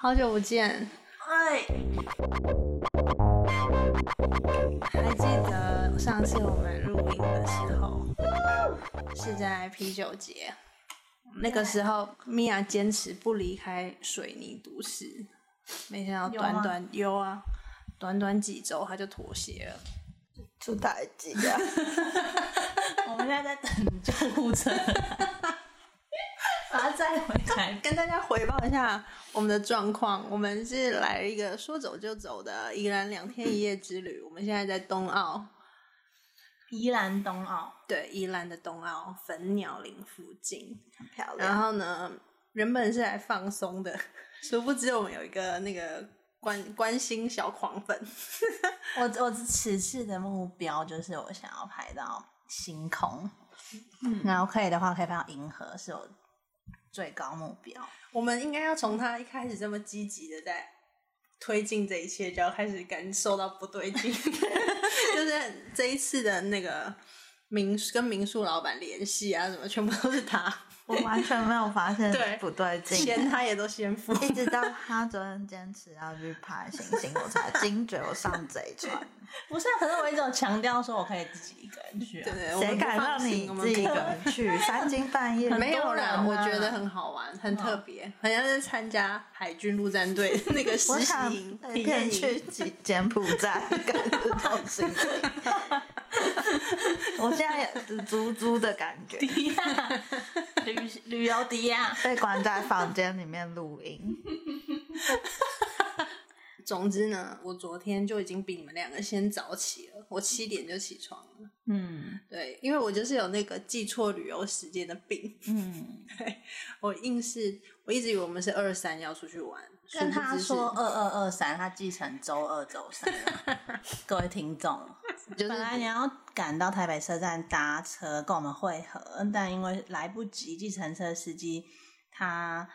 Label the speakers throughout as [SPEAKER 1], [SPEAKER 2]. [SPEAKER 1] 好久不见，
[SPEAKER 2] 哎，
[SPEAKER 1] 还记得上次我们录影的时候是在啤酒节，那个时候米娅坚持不离开水泥都市，没想到
[SPEAKER 2] 有吗
[SPEAKER 1] 短短有啊，短短几周她就妥协了。
[SPEAKER 2] 出打击啊！
[SPEAKER 1] 我们现在在等救护
[SPEAKER 2] 啊
[SPEAKER 1] 车，把它载回来。跟大家回报一下我们的状况，我们是来一个说走就走的宜兰两天一夜之旅。我们现在在东澳，
[SPEAKER 2] 宜兰冬奥
[SPEAKER 1] 对宜兰的东澳粉鸟林附近。
[SPEAKER 2] 漂
[SPEAKER 1] 然
[SPEAKER 2] 亮，
[SPEAKER 1] 后呢，原本是来放松的，殊不知我们有一个那个关关心小狂粉，
[SPEAKER 2] 我我此次的目标就是我想要拍到星空，
[SPEAKER 1] 嗯
[SPEAKER 2] 然后可以的话可以拍到银河，是我最高目标。
[SPEAKER 1] 我们应该要从他一开始这么积极的在推进这一切，就要开始感受到不对劲， 就是这一次的那个民宿跟民宿老板联系啊，什么全部都是他，
[SPEAKER 2] 我完全没有发现
[SPEAKER 1] 对
[SPEAKER 2] 不对劲，
[SPEAKER 1] 钱他也都先付。
[SPEAKER 3] 哎
[SPEAKER 2] 一直到他昨天坚持要去拍星星，我才惊觉我上贼船。不是、啊，可是我一直有强调说我可以自己一个人去、啊
[SPEAKER 1] 对 对，我
[SPEAKER 3] 谁
[SPEAKER 1] 们不
[SPEAKER 3] 敢
[SPEAKER 1] 放
[SPEAKER 3] 让
[SPEAKER 1] 心
[SPEAKER 3] 你
[SPEAKER 1] 我们
[SPEAKER 3] 自己一
[SPEAKER 1] 不
[SPEAKER 3] 个人去？三更半夜，
[SPEAKER 1] 没有啦，
[SPEAKER 2] 很
[SPEAKER 1] 我
[SPEAKER 2] 多人啊嗯
[SPEAKER 1] 觉得很好玩，很特别，好像是参加海军陆战队 的那个
[SPEAKER 3] 我
[SPEAKER 1] 实习
[SPEAKER 3] 想
[SPEAKER 1] 营、体
[SPEAKER 3] 被骗
[SPEAKER 1] 验
[SPEAKER 3] 去
[SPEAKER 1] 营。
[SPEAKER 3] 柬柬埔寨，感觉到心情。我现在也足足的感觉，
[SPEAKER 2] 迪亚， 旅旅游迪亚，
[SPEAKER 3] 被关在房间里面录音。
[SPEAKER 1] 总之呢，我昨天就已经比你们两个先早起了，我七点就起床了。
[SPEAKER 2] 嗯
[SPEAKER 1] 对，因为我就是有那个记错旅游时间的病，
[SPEAKER 2] 嗯，
[SPEAKER 1] 我硬是我一直以为我们是二三要出去玩，
[SPEAKER 2] 跟
[SPEAKER 1] 殊不
[SPEAKER 2] 他
[SPEAKER 1] 知是
[SPEAKER 2] 说二二二三，他继承周二周三，啊 各位听众，
[SPEAKER 1] 就是
[SPEAKER 2] 本来你要赶到台北车站搭车跟我们会合，但因为来不及，计程车司机他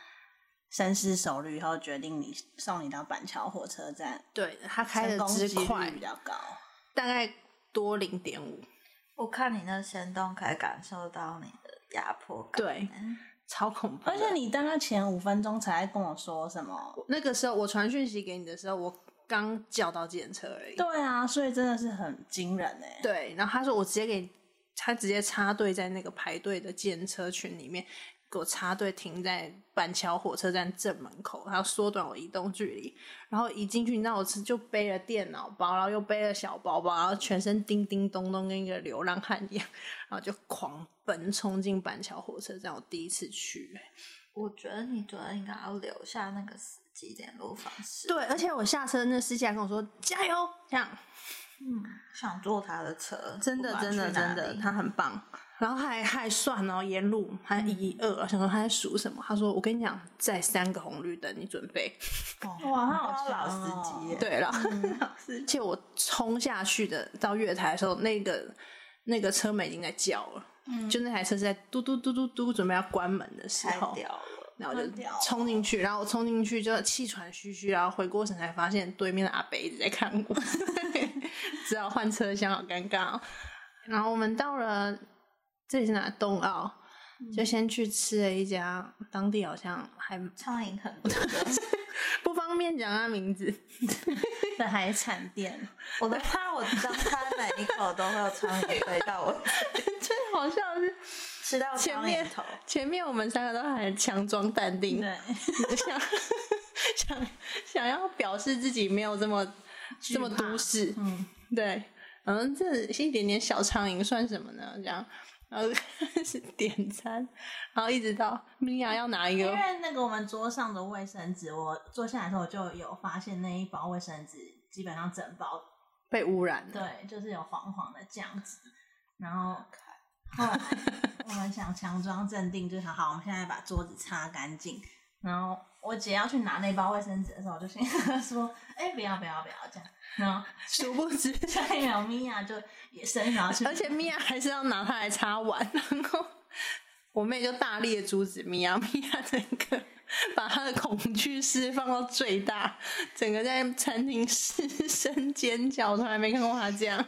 [SPEAKER 2] 深思熟虑以后，决定你送你到板桥火车站，
[SPEAKER 1] 对他开的
[SPEAKER 2] 成功
[SPEAKER 1] 之
[SPEAKER 2] 几率啊
[SPEAKER 1] 快，
[SPEAKER 2] 比较高。
[SPEAKER 1] 大概多零点五，
[SPEAKER 3] 我看你那仙动，可以感受到你的压迫感。
[SPEAKER 1] 对，超恐怖的。
[SPEAKER 2] 而且你大概前五分钟才跟我说什么？
[SPEAKER 1] 那个时候我传讯息给你的时候，我刚叫到计程车而已。
[SPEAKER 2] 对啊，所以真的是很惊人哎、
[SPEAKER 1] 对，然后他说我直接给你他直接插队在那个排队的计程车群里面，给我插队停在板桥火车站正门口，还要缩短我移动距离。然后一进去，你知道我是就背了电脑包，然后又背了小包包，然后全身叮叮咚咚，跟一个流浪汉一样，然后就狂奔冲进板桥火车站。我第一次去、欸
[SPEAKER 3] 我觉得你昨天应该要留下那个司机联络方式。
[SPEAKER 1] 对，而且我下车那司机还跟我说加油，这样。
[SPEAKER 3] 嗯，想坐他的车，
[SPEAKER 1] 真的
[SPEAKER 3] 不管
[SPEAKER 1] 真的
[SPEAKER 3] 去哪
[SPEAKER 1] 真的，
[SPEAKER 3] 里
[SPEAKER 1] 他很棒。然后还还算哦，沿路还一二，想说他在数什么？他说：“我跟你讲，在三个红绿灯，你准 备。
[SPEAKER 2] 哇，他
[SPEAKER 3] 好强哦
[SPEAKER 2] 老司机耶”
[SPEAKER 1] 对了，而且我冲下去的到月台的时候，那个那个车门已经在叫了，就那台车是在嘟嘟嘟嘟嘟准备要关门的时
[SPEAKER 3] 太
[SPEAKER 1] 候，
[SPEAKER 3] 屌了。
[SPEAKER 1] 然后我就
[SPEAKER 2] 关掉了
[SPEAKER 1] 冲进去，然后我冲进去就气喘吁吁，然后回过神才发现对面的阿北一直在看我， 只好换车厢，好尴尬、哦。然后我们到了这里是哪？东澳，就先去吃了一家当地好像还
[SPEAKER 3] 苍蝇很多，
[SPEAKER 1] 不方便讲他名字，
[SPEAKER 2] 的海产店，
[SPEAKER 3] 我都怕我张开每一口都会有苍蝇飞到我，
[SPEAKER 1] 最好笑的是
[SPEAKER 3] 吃到
[SPEAKER 1] 前
[SPEAKER 3] 苍
[SPEAKER 1] 面
[SPEAKER 3] 蝇头。
[SPEAKER 1] 前面我们三个都还强装淡定，
[SPEAKER 2] 对，
[SPEAKER 1] 想想想要表示自己没有这么这么都市，
[SPEAKER 2] 嗯，
[SPEAKER 1] 对，然后这一点点小苍蝇算什么呢？这样，然后 开始点餐，然后一直到米娅要拿一
[SPEAKER 2] 因
[SPEAKER 1] 个，
[SPEAKER 2] 为那个我们桌上的卫生纸，我坐下来的时候我就有发现那一包卫生纸基本上整包
[SPEAKER 1] 被污染了，
[SPEAKER 2] 对，就是有黄黄的酱汁，然后后来我们想强装镇定，就想好，我们现在把桌子擦干净。然后我姐要去拿那包卫生纸的时候，我就先 跟她说：“哎、不要不要不要这样。”然后
[SPEAKER 1] 殊不 知，
[SPEAKER 2] 下一秒，米娅就也伸手要去，
[SPEAKER 1] 而且米娅还是要拿它来擦碗，然后我妹就大力的阻止米娅，米娅整个把她的恐惧释放到最大，整个在餐厅失 声尖叫，从来没看过她这样。啊，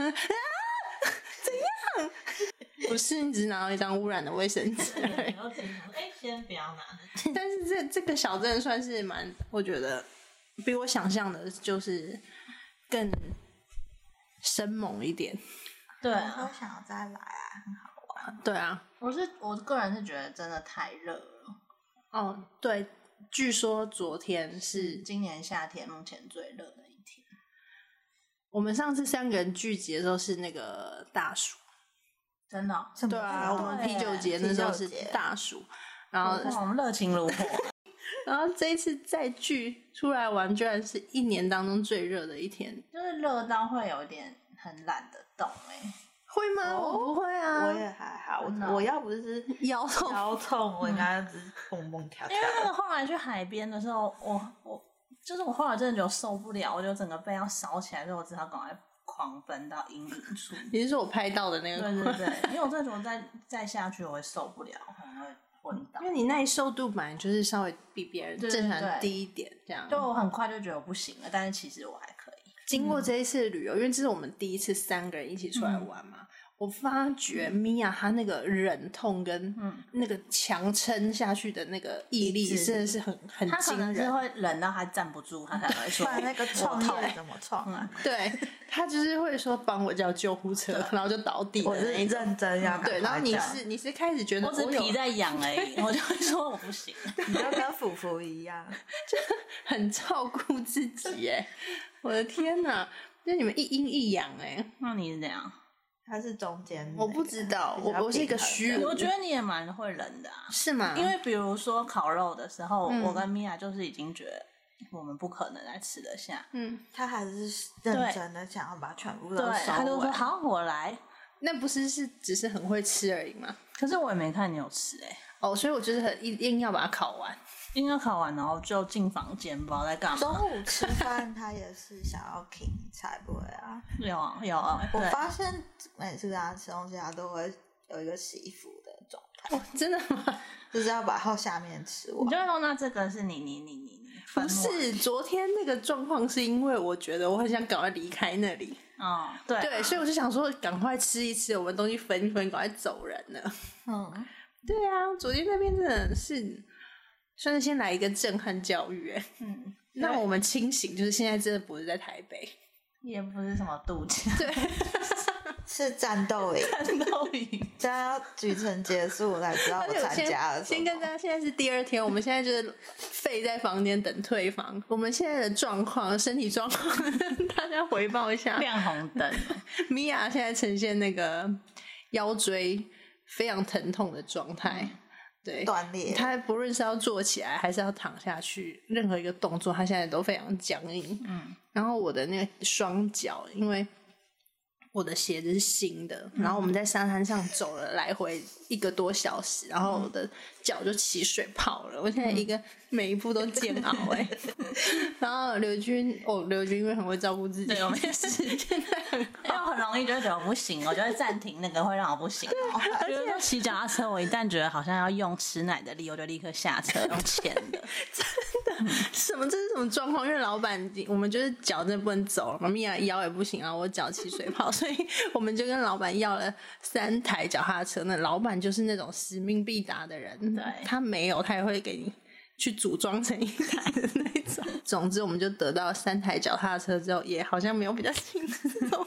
[SPEAKER 1] 怎样？不是你只拿到一张污染的卫生纸
[SPEAKER 2] 对
[SPEAKER 1] 而已
[SPEAKER 2] 然后自己想说哎，先不要拿，
[SPEAKER 1] 但是这这个小镇算是蛮，我觉得比我想象的就是更生猛一点。
[SPEAKER 2] 对
[SPEAKER 3] 我
[SPEAKER 2] 啊
[SPEAKER 3] 都，想要再来啊，很好玩。
[SPEAKER 1] 对啊，
[SPEAKER 2] 我是我个人是觉得真的太热了，
[SPEAKER 1] 哦，对，据说昨天
[SPEAKER 2] 是
[SPEAKER 1] 是
[SPEAKER 2] 今年夏天目前最热的一天。
[SPEAKER 1] 我们上次三个人聚集的时候是那个大暑，
[SPEAKER 2] 真的哦、
[SPEAKER 3] 什么
[SPEAKER 1] 对啊，
[SPEAKER 3] 都
[SPEAKER 1] 我们啤酒节那时候是
[SPEAKER 3] 啤酒节
[SPEAKER 1] 大暑，然后
[SPEAKER 2] 哇我们热情如火，
[SPEAKER 1] 然后这一次再聚出来玩，居然是一年当中最热的一天，
[SPEAKER 2] 就是热到会有点很懒得动哎、
[SPEAKER 1] 会吗？
[SPEAKER 3] 哦
[SPEAKER 1] 我不会啊，
[SPEAKER 3] 我也还好，
[SPEAKER 2] 真的
[SPEAKER 3] 我
[SPEAKER 2] 哦嗯
[SPEAKER 3] 我要不 是
[SPEAKER 1] 腰痛，
[SPEAKER 3] 腰痛，我应该只是蹦蹦跳跳
[SPEAKER 2] 因为。那个后来去海边的时候，我我就是我后来真的就受不了，我就整个被要烧起来，所以我只好赶快狂奔到阴影处。
[SPEAKER 1] 你是说我拍到的那
[SPEAKER 2] 对
[SPEAKER 1] 个？
[SPEAKER 2] 对对，因为我真的觉得我再再下去我会受不了，我可能会昏倒
[SPEAKER 1] 因。为你耐受度本来就是稍微比别人
[SPEAKER 2] 对
[SPEAKER 1] 正常
[SPEAKER 2] 对
[SPEAKER 1] 低一点，这样。
[SPEAKER 2] 就我很快就觉得我不行了，但是其实我还可以。
[SPEAKER 1] 经过这一次旅游，因为这是我们第一次三个人一起出来
[SPEAKER 2] 嗯
[SPEAKER 1] 玩嘛，我发觉米娅她那个忍痛跟
[SPEAKER 2] 嗯
[SPEAKER 1] 那个强撑下去的那个毅力
[SPEAKER 2] 意志
[SPEAKER 1] 真的是很很
[SPEAKER 2] 他可
[SPEAKER 1] 惊
[SPEAKER 2] 能是
[SPEAKER 1] 人。
[SPEAKER 2] 会冷到他站不住，他才会 说
[SPEAKER 3] 不然那个创
[SPEAKER 2] 我
[SPEAKER 3] 业
[SPEAKER 2] 痛
[SPEAKER 3] 怎么创啊？
[SPEAKER 1] 对她就是会说帮我叫救护车，然后就倒地
[SPEAKER 3] 我
[SPEAKER 1] 的
[SPEAKER 3] 是
[SPEAKER 1] 那一种。
[SPEAKER 3] 认真要赶
[SPEAKER 1] 对，然后
[SPEAKER 3] 快
[SPEAKER 1] 你
[SPEAKER 3] 讲
[SPEAKER 1] 是你是开始觉得
[SPEAKER 2] 我只是
[SPEAKER 1] 有
[SPEAKER 2] 皮在痒而已， 我就会说我不行。
[SPEAKER 3] 你要跟福福一样，
[SPEAKER 1] 很照顾自己哎，我的天哪！那你们一阴一阳哎，
[SPEAKER 2] 那你是怎样？
[SPEAKER 3] 他是中间那个、
[SPEAKER 1] 我不知道，
[SPEAKER 3] 比
[SPEAKER 1] 我
[SPEAKER 3] 较
[SPEAKER 1] 我是一个
[SPEAKER 3] 平衡
[SPEAKER 1] 虚
[SPEAKER 3] 的
[SPEAKER 1] 无，
[SPEAKER 2] 我觉得你也蛮会冷的啊。
[SPEAKER 1] 是吗？
[SPEAKER 2] 因为比如说烤肉的时候，
[SPEAKER 1] 嗯
[SPEAKER 2] 我跟米娅就是已经觉得我们不可能再吃得下，
[SPEAKER 1] 嗯，
[SPEAKER 3] 他还是认真的想要把全部都
[SPEAKER 2] 对，
[SPEAKER 3] 收
[SPEAKER 2] 他就说
[SPEAKER 3] 尾。
[SPEAKER 2] 好，我来。
[SPEAKER 1] 那不是是只是很会吃而已吗？
[SPEAKER 2] 可是我也没看你有吃哎、
[SPEAKER 1] 哦，所以我就是很一定要把它烤完。
[SPEAKER 2] 应该烤完然后就进房间，不知道在干 嘛。
[SPEAKER 3] 中午吃饭，他也是想要 king 才不会啊！
[SPEAKER 2] 有啊有啊，
[SPEAKER 3] 我
[SPEAKER 2] 对，
[SPEAKER 3] 发现每次跟他吃东西，他都会有一个洗服的状态，
[SPEAKER 1] 哦，真的吗？
[SPEAKER 3] 就是要把后下面吃
[SPEAKER 2] 你
[SPEAKER 3] 完。
[SPEAKER 2] 就会说那这个是你你你你你分
[SPEAKER 1] 不
[SPEAKER 2] 我
[SPEAKER 1] 是，昨天那个状况是因为我觉得我很想赶快离开那里，
[SPEAKER 2] 哦，对啊
[SPEAKER 1] 对，所以我就想说赶快吃一吃，我们东西分一分，赶快走人了。
[SPEAKER 3] 嗯，
[SPEAKER 1] 对啊，昨天那边真的是算是先来一个震撼教育、哎，
[SPEAKER 2] 嗯，
[SPEAKER 1] 让我们清醒，就是现在真的不是在台北，
[SPEAKER 2] 也不是什么度假，
[SPEAKER 3] 是战斗营，
[SPEAKER 2] 战斗 营，
[SPEAKER 3] 这样要举程结束才知道
[SPEAKER 1] 而
[SPEAKER 3] 我
[SPEAKER 1] 且我
[SPEAKER 3] 参加
[SPEAKER 1] 先
[SPEAKER 3] 了什
[SPEAKER 1] 先跟大
[SPEAKER 3] 么。
[SPEAKER 1] 家，现在是第二天，我们现在就是废在房间等退房。我们现在的状况，身体状况， 大家回报一下。
[SPEAKER 2] 亮红灯，
[SPEAKER 1] 米娅现在呈现那个腰椎非常疼痛的状态，
[SPEAKER 2] 嗯
[SPEAKER 1] 对，
[SPEAKER 3] 断裂，
[SPEAKER 1] 她不论是要坐起来还是要躺下去，任何一个动作，她现在都非常僵硬。
[SPEAKER 2] 嗯，
[SPEAKER 1] 然后我的那个双脚，因为我的鞋子是新的，
[SPEAKER 2] 嗯
[SPEAKER 1] 然后我们在沙滩上走了来回一个多小时，然后我的脚就起水泡
[SPEAKER 2] 嗯
[SPEAKER 1] 了。我现在一个每一步都煎熬 哎、然后刘军，哦，刘军因为很会照顾自己，
[SPEAKER 2] 对 我们也
[SPEAKER 1] 是现在很
[SPEAKER 2] 因为我很容易就会觉得我不行，我就会暂停那个会让我不行。比如说骑脚踏车，我一旦觉得好像要用吃奶的力，我就立刻下车用钱的。
[SPEAKER 1] 什么？这是什么状况？因为老板已经，我们就是脚真的不能走了嘛，米娅腰也不行啊，我脚起水泡， 所以我们就跟老板要了三台脚踏车。那老板就是那种使命必达的人，
[SPEAKER 2] 对
[SPEAKER 1] 他没有，他也会给你去组装成一台的那 种。总之，我们就得到三台脚踏车之后，也好像没有比较轻松，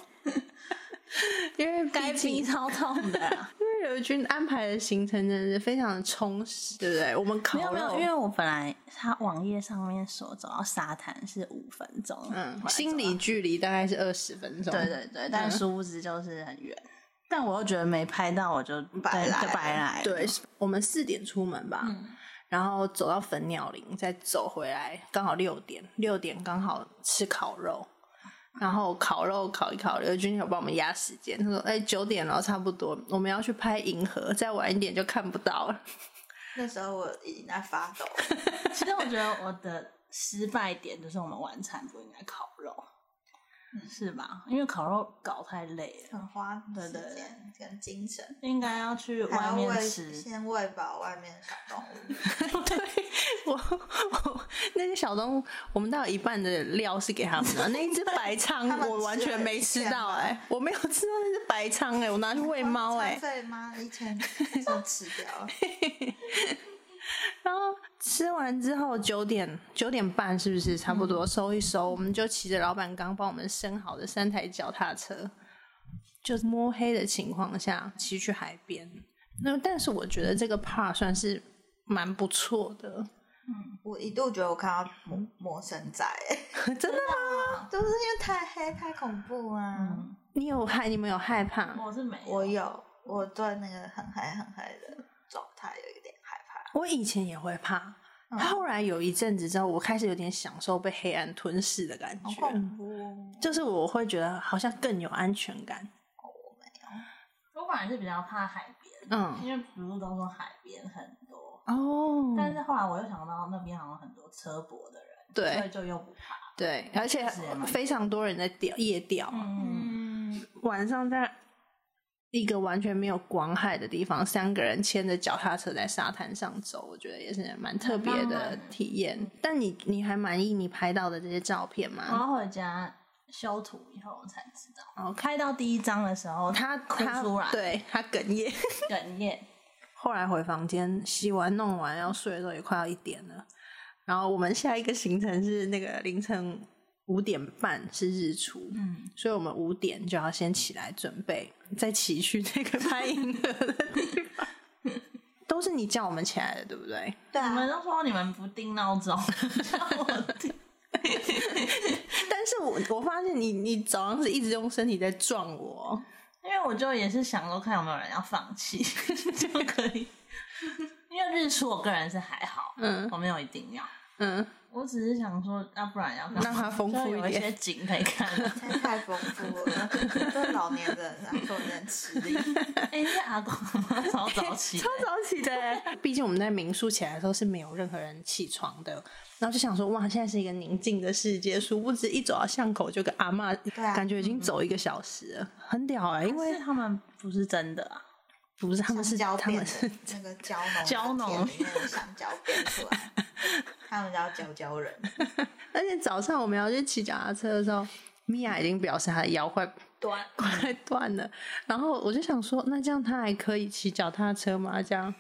[SPEAKER 1] 因为毕
[SPEAKER 2] 该
[SPEAKER 1] 竟
[SPEAKER 2] 皮超痛的啊、
[SPEAKER 1] 因为刘军安排的行程真的是非常的充实，对不对？我们烤
[SPEAKER 2] 没有没有，
[SPEAKER 1] 肉
[SPEAKER 2] 因为我本来他网页上面说走到沙滩是五分钟，后来走
[SPEAKER 1] 嗯，
[SPEAKER 2] 到
[SPEAKER 1] 心理距离大概是二十分钟。
[SPEAKER 2] 对对对，但殊不知就是很远。但我又觉得没拍到，我就
[SPEAKER 3] 白
[SPEAKER 2] 对
[SPEAKER 3] 来
[SPEAKER 2] 就白来了。
[SPEAKER 1] 对，我们四点出门吧，
[SPEAKER 4] 嗯
[SPEAKER 1] 然后走到粉鸟林，再走回来，刚好六点，六点刚好吃烤肉，然后烤肉烤一烤，刘军有帮我们压时间，他说：“哎、九点了，差不多，我们要去拍银河，再晚一点就看不到了。
[SPEAKER 3] 那时候我已经在发抖了。
[SPEAKER 2] 其实我觉得我的失败点就是我们晚餐不应该烤肉，是吧？因为烤肉搞太累了，
[SPEAKER 3] 很花
[SPEAKER 2] 对
[SPEAKER 3] 时
[SPEAKER 2] 对
[SPEAKER 3] 间跟精神，
[SPEAKER 2] 应该要去
[SPEAKER 3] 还
[SPEAKER 2] 外
[SPEAKER 3] 要
[SPEAKER 2] 面
[SPEAKER 3] 喂
[SPEAKER 2] 吃。
[SPEAKER 3] 先喂饱外面的小动物。
[SPEAKER 1] 对我我那天只小东，我们到一半的料是给他们的，那一只白鲳
[SPEAKER 4] 他们
[SPEAKER 1] 我完全没吃到
[SPEAKER 4] 吃了一
[SPEAKER 1] 哎、我没有吃到那只白鲳哎、我拿去喂猫
[SPEAKER 2] 欸
[SPEAKER 1] 哎、
[SPEAKER 4] 对吗？以前就吃掉了，
[SPEAKER 1] 然后吃完之后九点九点半是不是差不多收一收，我们就骑着老板刚帮我们生好的三台脚踏车，就摸黑的情况下骑去海边。那但是我觉得这个 part 算是蛮不错的，
[SPEAKER 4] 我一度觉得我看到陌陌生仔、欸，
[SPEAKER 1] 真的吗？
[SPEAKER 4] 就是因为太黑太恐怖啊！
[SPEAKER 2] 嗯，
[SPEAKER 1] 你有害你们有害怕？
[SPEAKER 2] 我是没有，
[SPEAKER 4] 我有，我对那个很嗨很嗨的状态有一点害怕。
[SPEAKER 1] 我以前也会怕，
[SPEAKER 4] 嗯
[SPEAKER 1] 后来有一阵子之后，我开始有点享受被黑暗吞噬的感
[SPEAKER 4] 好
[SPEAKER 1] 觉，
[SPEAKER 4] 恐怖哦！
[SPEAKER 1] 就是我会觉得好像更有安全感。
[SPEAKER 2] 我本来是比较怕海边，
[SPEAKER 1] 嗯，
[SPEAKER 2] 因为不是都说海边很多，
[SPEAKER 1] 哦，
[SPEAKER 2] 但是后来我又想到那边好像很多车泊的人，
[SPEAKER 1] 对
[SPEAKER 2] 所以就又不怕。
[SPEAKER 1] 对，
[SPEAKER 2] 嗯
[SPEAKER 1] 而且
[SPEAKER 2] 是吗
[SPEAKER 1] 非常多人在钓夜钓，
[SPEAKER 2] 嗯，
[SPEAKER 4] 嗯，
[SPEAKER 1] 晚上在一个完全没有光害的地方，三个人牵着脚踏车在沙滩上走，我觉得也是蛮特别
[SPEAKER 2] 很浪
[SPEAKER 1] 的
[SPEAKER 2] 漫
[SPEAKER 1] 体验。但你你还满意你拍到的这些照片
[SPEAKER 2] 我
[SPEAKER 1] 吗？
[SPEAKER 2] 要回家修图以后我才知道，
[SPEAKER 1] 哦，
[SPEAKER 2] 开到第一章的时候，
[SPEAKER 1] 他
[SPEAKER 2] 哭
[SPEAKER 1] 他
[SPEAKER 2] 出来
[SPEAKER 1] 对他哽咽。
[SPEAKER 2] 哽 咽，
[SPEAKER 1] 后来回房间洗完弄完要睡的时候也快要一点了，然后我们下一个行程是那个凌晨五点半是日出，
[SPEAKER 2] 嗯，
[SPEAKER 1] 所以我们五点就要先起来准备，再骑去那个拍银河的地方。都是你叫我们起来的，对不对？
[SPEAKER 4] 对
[SPEAKER 2] 你们
[SPEAKER 4] 啊，
[SPEAKER 2] 都说你们不定闹 钟， 叫我定，
[SPEAKER 1] 但是我我发现你你早上是一直用身体在撞我，
[SPEAKER 2] 因为我就也是想说看有没有人要放弃 就可以。因为日出我个人是还好，
[SPEAKER 1] 嗯
[SPEAKER 2] 我没有一定要，
[SPEAKER 1] 嗯，
[SPEAKER 2] 我只是想说，那不然要干嘛
[SPEAKER 1] 让它丰富一
[SPEAKER 2] 就
[SPEAKER 1] 点
[SPEAKER 2] 哦有一些景可以看。
[SPEAKER 4] 现在太丰富了， 对老年人来说有点吃力。
[SPEAKER 2] 哎、那阿公阿妈 超早起的
[SPEAKER 1] 超，早起的欸、 毕竟我们在民宿起来的时候是没有任何人起床的，然后就想说哇，现在是一个宁静的世界，殊不知一走到巷口就跟阿嬷，
[SPEAKER 4] 啊
[SPEAKER 1] 感觉已经走一个小时了，很屌哎、因
[SPEAKER 2] 嗯但
[SPEAKER 1] 为
[SPEAKER 2] 是他们不是真的啊，
[SPEAKER 1] 不是他们是
[SPEAKER 4] 香蕉
[SPEAKER 1] 他们
[SPEAKER 4] 变
[SPEAKER 1] 是
[SPEAKER 4] 的那个 蕉农
[SPEAKER 2] 蕉农
[SPEAKER 4] 的田里面的香蕉变出来，他们叫蕉蕉人。
[SPEAKER 1] 而且早上我们要去骑脚踏车的时候，米娅已经表示她的腰快
[SPEAKER 2] 短
[SPEAKER 1] 快断了。然后我就想说，那这样她还可以骑脚踏车吗？这样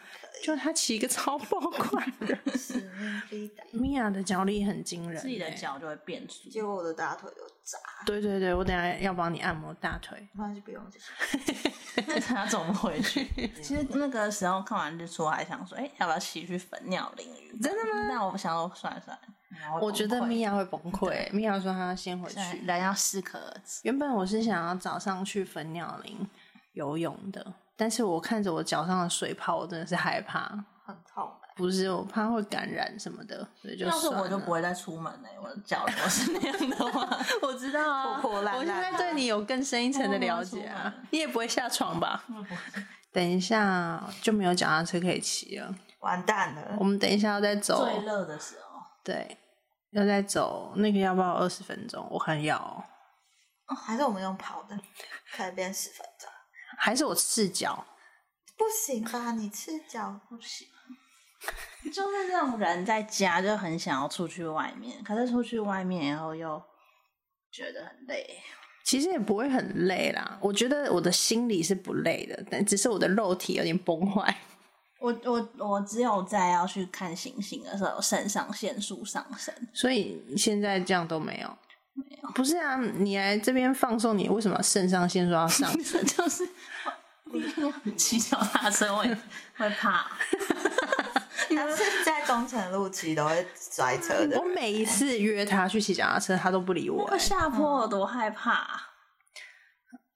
[SPEAKER 1] 就她骑一个超爆快 的。
[SPEAKER 4] 使命必达。
[SPEAKER 1] 米娅的脚力很惊人、
[SPEAKER 2] 自己的
[SPEAKER 1] 欸。
[SPEAKER 2] 脚就会变粗。
[SPEAKER 4] 结果我的大腿就炸，
[SPEAKER 1] 对对对，我等一下要帮你按摩大腿。
[SPEAKER 4] 不然就不用这些。
[SPEAKER 2] 那他走不回 去。其实那个时候看完日出，我还想说，哎、要不要骑去粉鸟淋雨？
[SPEAKER 1] 真的
[SPEAKER 2] 吗？那我想说，算了算了，然后
[SPEAKER 1] 我觉得
[SPEAKER 2] 崩溃
[SPEAKER 1] 米娅会崩溃。米娅说她要先回
[SPEAKER 2] 现在
[SPEAKER 1] 去。
[SPEAKER 2] 人要适可而止。
[SPEAKER 1] 原本我是想要早上去粉鸟林游泳的，但是我看着我脚上的水泡，我真的是害怕。
[SPEAKER 4] 很痛欸、
[SPEAKER 1] 不是，我怕会感染什么的，所以就
[SPEAKER 2] 要是
[SPEAKER 1] 算
[SPEAKER 2] 我就
[SPEAKER 1] 了
[SPEAKER 2] 不会再出门了。我的脚如果是那样的话，
[SPEAKER 1] 我知道啊，
[SPEAKER 4] 破破烂烂
[SPEAKER 1] 我现在对你有更深一层的了解
[SPEAKER 2] 我不会
[SPEAKER 1] 啊
[SPEAKER 2] 出门。嗯
[SPEAKER 1] 你也不会下床吧？等一下就没有脚踏车可以骑了。
[SPEAKER 4] 完蛋了
[SPEAKER 1] 我！们等一下要再走，
[SPEAKER 2] 最热的时候，
[SPEAKER 1] 对，要再走那个要不要二十分钟？我看要哦，
[SPEAKER 4] 哦还是我们用跑的，可以变十分钟。
[SPEAKER 1] 还是我赤脚？
[SPEAKER 4] 不行吧？你赤脚不行，
[SPEAKER 2] 就是那种人在家就很想要出去外面，可是出去外面以后又觉得很累。
[SPEAKER 1] 其实也不会很累啦，我觉得我的心里是不累的，但只是我的肉体有点崩坏。
[SPEAKER 2] 我我我只有在要去看星星的时候，肾上腺素上升。
[SPEAKER 1] 所以你现在这样都没有，没有。不是啊，你来这边放松，你为什么肾上腺素要 上升？
[SPEAKER 2] 就是骑脚踏车会会怕，
[SPEAKER 4] 他是在东城路骑都会摔车的
[SPEAKER 1] 我。每一次约他去骑脚踏车，他都不理我、
[SPEAKER 2] 那
[SPEAKER 1] 欸
[SPEAKER 2] 个下坡有多害怕、啊？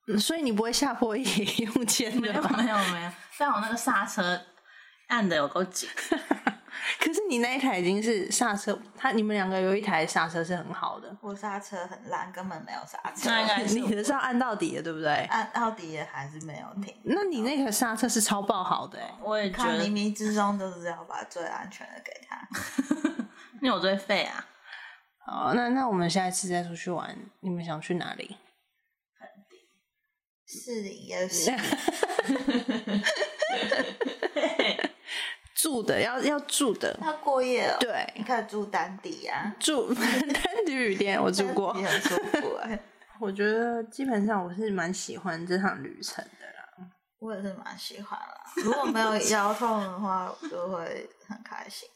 [SPEAKER 1] 嗯所以你不会下坡也用牵
[SPEAKER 2] 没
[SPEAKER 1] 的
[SPEAKER 2] 有
[SPEAKER 1] 吧？
[SPEAKER 2] 没有没有，但我那个刹车按的有够紧，
[SPEAKER 1] 可是你那一台已经是刹车，他你们两个有一台刹车是很好的，
[SPEAKER 4] 我刹车很烂，根本没有刹车。
[SPEAKER 2] 那应该是
[SPEAKER 1] 你的是要按到底的，对不对？
[SPEAKER 4] 按奥迪也还是没有停。
[SPEAKER 1] 那你那个刹车是超爆好的、欸，
[SPEAKER 2] 我也觉
[SPEAKER 4] 看
[SPEAKER 2] 得，
[SPEAKER 4] 冥
[SPEAKER 2] 因
[SPEAKER 4] 冥之中都是要把最安全的给他。
[SPEAKER 2] 为我最废啊，
[SPEAKER 1] 好，那那我们下一次再出去玩，你们想去哪里？
[SPEAKER 4] 是也是，
[SPEAKER 1] 住的要要住的，
[SPEAKER 4] 要过夜哦。，
[SPEAKER 1] 对
[SPEAKER 4] 你，可以住丹迪呀、
[SPEAKER 1] 住 单独旅店我住过
[SPEAKER 4] 你，很舒服哎、
[SPEAKER 1] 我觉得基本上我是蛮喜欢这趟旅程的啦。
[SPEAKER 4] 我也是蛮喜欢啦。如果没有腰痛的话，我就会很开心。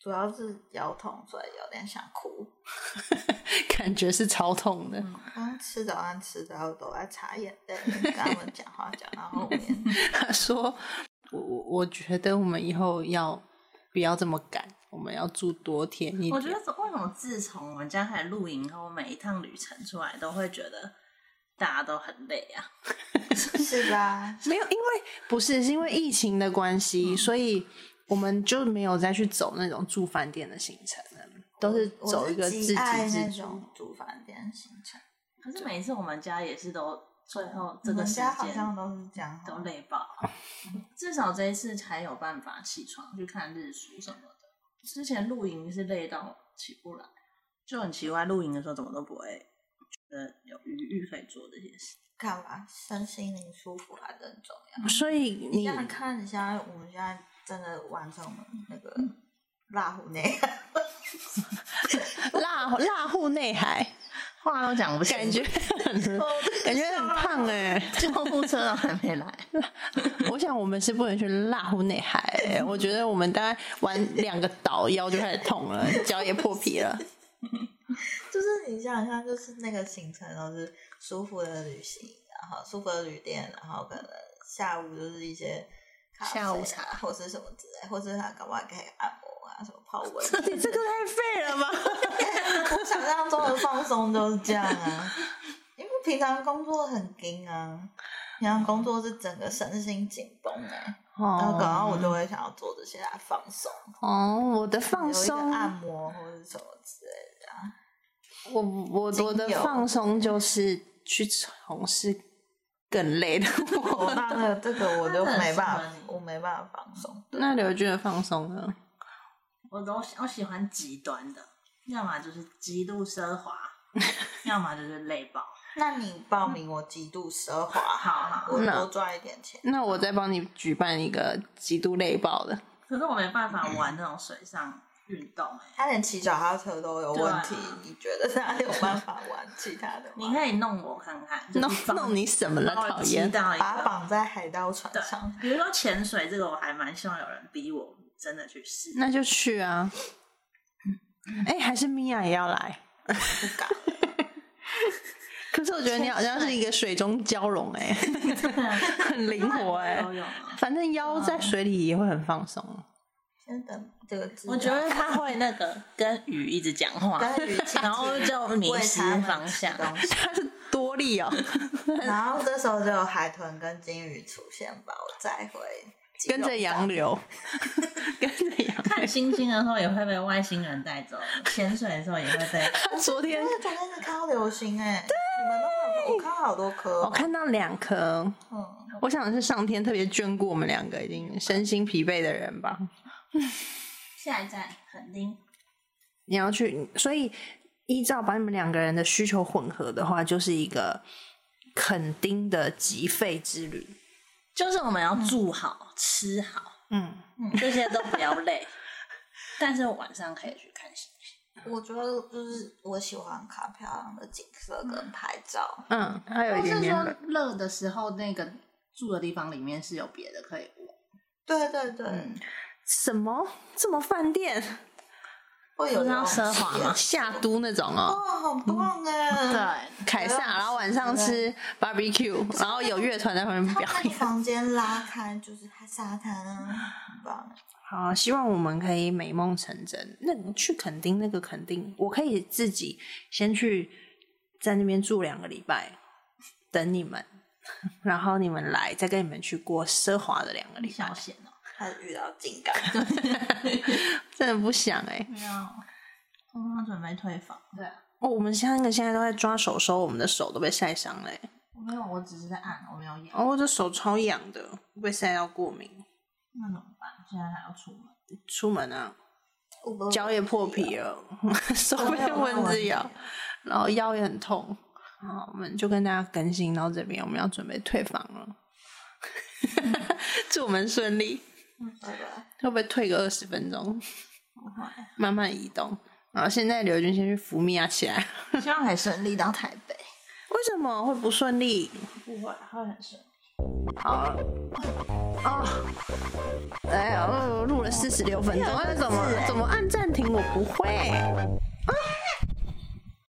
[SPEAKER 4] 主要是腰痛，所以有点想哭。
[SPEAKER 1] 感觉是超痛的，
[SPEAKER 4] 嗯，刚吃早饭吃到都在擦眼泪，跟他们讲话讲到后面，
[SPEAKER 1] 他说：“我我我觉得我们以后要不要这么赶？我们要住多天一点。”
[SPEAKER 2] 我觉得为什么自从我们家开始露营后，每一趟旅程出来都会觉得大家都很累啊。
[SPEAKER 4] 是吧？
[SPEAKER 1] 没有，因为不是是因为疫情的关系，所以我们就没有再去走那种住饭店的行程了，都是
[SPEAKER 4] 我
[SPEAKER 1] 走一个
[SPEAKER 4] 是
[SPEAKER 1] 自
[SPEAKER 4] 极爱
[SPEAKER 1] 给自
[SPEAKER 4] 那
[SPEAKER 1] 足。
[SPEAKER 4] 种煮饭店的行程，
[SPEAKER 2] 可是每一次我们家也是都最后
[SPEAKER 4] 我
[SPEAKER 2] 这个
[SPEAKER 4] 们
[SPEAKER 2] 时
[SPEAKER 4] 家好
[SPEAKER 2] 间
[SPEAKER 4] 像都是这样哦，
[SPEAKER 2] 都累爆，至少这一次才有办法起床去看日出什么的。之前露营是累到起不来，就很奇怪，露营的时候怎么都不会觉得有余裕可以做这些事。
[SPEAKER 4] 干嘛？身心灵舒服还是很重要。
[SPEAKER 1] 所以
[SPEAKER 4] 你
[SPEAKER 1] 你
[SPEAKER 4] 想想看，你现在我们现在真的完成我们那个辣虎那个。
[SPEAKER 1] 辣辣户内海，
[SPEAKER 2] 话都讲不清
[SPEAKER 1] 感 觉很感觉很胖哎、
[SPEAKER 2] 救护车都还没来，
[SPEAKER 1] 我想我们是不能去辣户内海欸、我觉得我们大概玩两个岛腰就开始痛了，脚也破皮了。
[SPEAKER 4] 就是你想想，就是那个行程都是舒服的旅行，然后舒服的旅店，然后可能下午就是一些咖啡啊
[SPEAKER 2] 下午茶
[SPEAKER 4] 或是什么之类，或是他搞不好可以按摩啊，什么泡温 泉。
[SPEAKER 1] 你这个太废了吧？
[SPEAKER 4] 我想象中的放松就是这样啊， 因为平常工作很紧啊，平常工作是整个身心紧绷哎，然后搞到我就会想要做这些来放松，
[SPEAKER 1] 哦，我的放
[SPEAKER 4] 有一个
[SPEAKER 1] 松，
[SPEAKER 4] 按摩或者什么之类的啊。
[SPEAKER 1] 我我
[SPEAKER 4] 精
[SPEAKER 1] 我的
[SPEAKER 4] 油
[SPEAKER 1] 放松就是去从事更累的
[SPEAKER 4] 我
[SPEAKER 1] 活。
[SPEAKER 4] 哦那个这个我就
[SPEAKER 2] 真的很适
[SPEAKER 4] 没办法
[SPEAKER 2] 合你，
[SPEAKER 4] 我没办法放松。
[SPEAKER 1] 那刘俊的放松呢？
[SPEAKER 2] 我都我喜欢极端的，要么就是极度奢华， 要么就是累爆。
[SPEAKER 4] 那你报名我极度奢华，
[SPEAKER 2] 好好
[SPEAKER 4] 啊我
[SPEAKER 1] 那
[SPEAKER 4] 多赚一点钱。
[SPEAKER 1] 那我再帮你举办一个极度累爆的。
[SPEAKER 2] 可是我没办法玩那种水上运动、欸，
[SPEAKER 4] 他连骑脚踏车都有问题
[SPEAKER 2] 对啊，
[SPEAKER 4] 你觉得他有办法玩其他的
[SPEAKER 2] 你
[SPEAKER 4] 吗？
[SPEAKER 2] 可以弄我看看，
[SPEAKER 1] 弄
[SPEAKER 2] 就是放
[SPEAKER 1] 弄你什么了？
[SPEAKER 2] 把我
[SPEAKER 1] 讨
[SPEAKER 2] 击
[SPEAKER 1] 厌！
[SPEAKER 2] 到一
[SPEAKER 4] 把他
[SPEAKER 2] 个。
[SPEAKER 4] 绑在海盗船
[SPEAKER 2] 对
[SPEAKER 4] 上，
[SPEAKER 2] 比如说潜水这个，我还蛮希望有人逼我真的去 试。
[SPEAKER 1] 那就去啊！哎、还是米娅也要来？
[SPEAKER 4] 不敢。
[SPEAKER 1] 可是我觉得你好像是一个水中蛟龙、哎，
[SPEAKER 2] 嗯
[SPEAKER 1] 很灵活、哎
[SPEAKER 2] 游，泳啊
[SPEAKER 1] 反正腰在
[SPEAKER 4] 嗯
[SPEAKER 1] 水里也会很放松。
[SPEAKER 4] 先等这个字啊，
[SPEAKER 2] 我觉得他会那个跟鱼一直讲话，
[SPEAKER 4] 跟语气，
[SPEAKER 2] 然后就迷
[SPEAKER 4] 喂
[SPEAKER 2] 失
[SPEAKER 4] 他们
[SPEAKER 2] 方
[SPEAKER 4] 吃
[SPEAKER 2] 向。
[SPEAKER 4] 东西
[SPEAKER 1] 它是多利哦，
[SPEAKER 4] 然后这时候就有海豚跟金鱼出现吧，我再会肌肉
[SPEAKER 1] 跟着洋流， 跟着洋
[SPEAKER 2] 看
[SPEAKER 1] 流。
[SPEAKER 2] 星星的时候也会被外星人带走，潜水的时候也会被。
[SPEAKER 1] 他 昨天
[SPEAKER 4] 那昨天是看流星哎、你们都没有，我看好多颗、
[SPEAKER 2] 哦
[SPEAKER 4] 哦
[SPEAKER 1] 我看到两颗，
[SPEAKER 4] 嗯，
[SPEAKER 1] 我想是上天特别眷顾我们两个已经身心疲惫的人吧。
[SPEAKER 2] 下一站垦丁，
[SPEAKER 1] 你要去，所以依照把你们两个人的需求混合的话，就是一个垦丁的集费之旅。
[SPEAKER 2] 就是我们要住好、吃 好，
[SPEAKER 1] 嗯，
[SPEAKER 2] 这些都不要累，但是晚上可以去看星星。
[SPEAKER 4] 我觉得就是我喜欢看漂亮的景色跟拍照，
[SPEAKER 1] 嗯，还有一点点冷。
[SPEAKER 2] 热的时候，那个住的地方里面是有别的可以玩。
[SPEAKER 4] 对对对，
[SPEAKER 2] 嗯
[SPEAKER 1] 什么？这么饭店
[SPEAKER 4] 会有
[SPEAKER 2] 不是要奢华吗嗯
[SPEAKER 1] 下都那种
[SPEAKER 4] 哦，
[SPEAKER 1] 哦，
[SPEAKER 4] 好棒哎、
[SPEAKER 2] 对，
[SPEAKER 1] 凯撒，然后晚上吃 barbecue，然后有乐团在旁边表
[SPEAKER 4] 他那个
[SPEAKER 1] 演。
[SPEAKER 4] 房间拉开就是它沙滩啊，很棒。
[SPEAKER 1] 好，希望我们可以美梦成真。那你去垦丁，那个垦丁，我可以自己先去在那边住两个礼拜，等你们， 然后你们来，再跟你们去过奢华的两个礼拜
[SPEAKER 2] 小。险哦、
[SPEAKER 4] 他遇到金刚，
[SPEAKER 1] 真的不想哎、
[SPEAKER 2] 没有，我刚嗯准备退房。对，
[SPEAKER 1] 哦，我们三个现在都在抓手手，我们的手都被晒伤了、欸。
[SPEAKER 2] 我没有，我只是在按，我没有演。
[SPEAKER 1] 哦，我的手超痒的，被晒到过敏。
[SPEAKER 2] 那怎么办？现在还要出门？
[SPEAKER 1] 出门啊，
[SPEAKER 4] 我不
[SPEAKER 1] 脚也破皮了，
[SPEAKER 2] 哦
[SPEAKER 1] 手被蚊子咬，然后腰也很痛。好，我们就跟大家更 新到这边，我们要准备退房了。祝我们顺利。
[SPEAKER 3] 拜拜。
[SPEAKER 1] 会不会退个二十分钟？慢慢移动。然后现在刘军先去福米亚起来，
[SPEAKER 2] 希望可以顺利到台北。
[SPEAKER 1] 为什么会不顺利？
[SPEAKER 2] 不会，会很顺。
[SPEAKER 1] 好啊，哎
[SPEAKER 2] 哎
[SPEAKER 1] 呀，录了四十六分钟，那怎么怎么按暂停？我不会。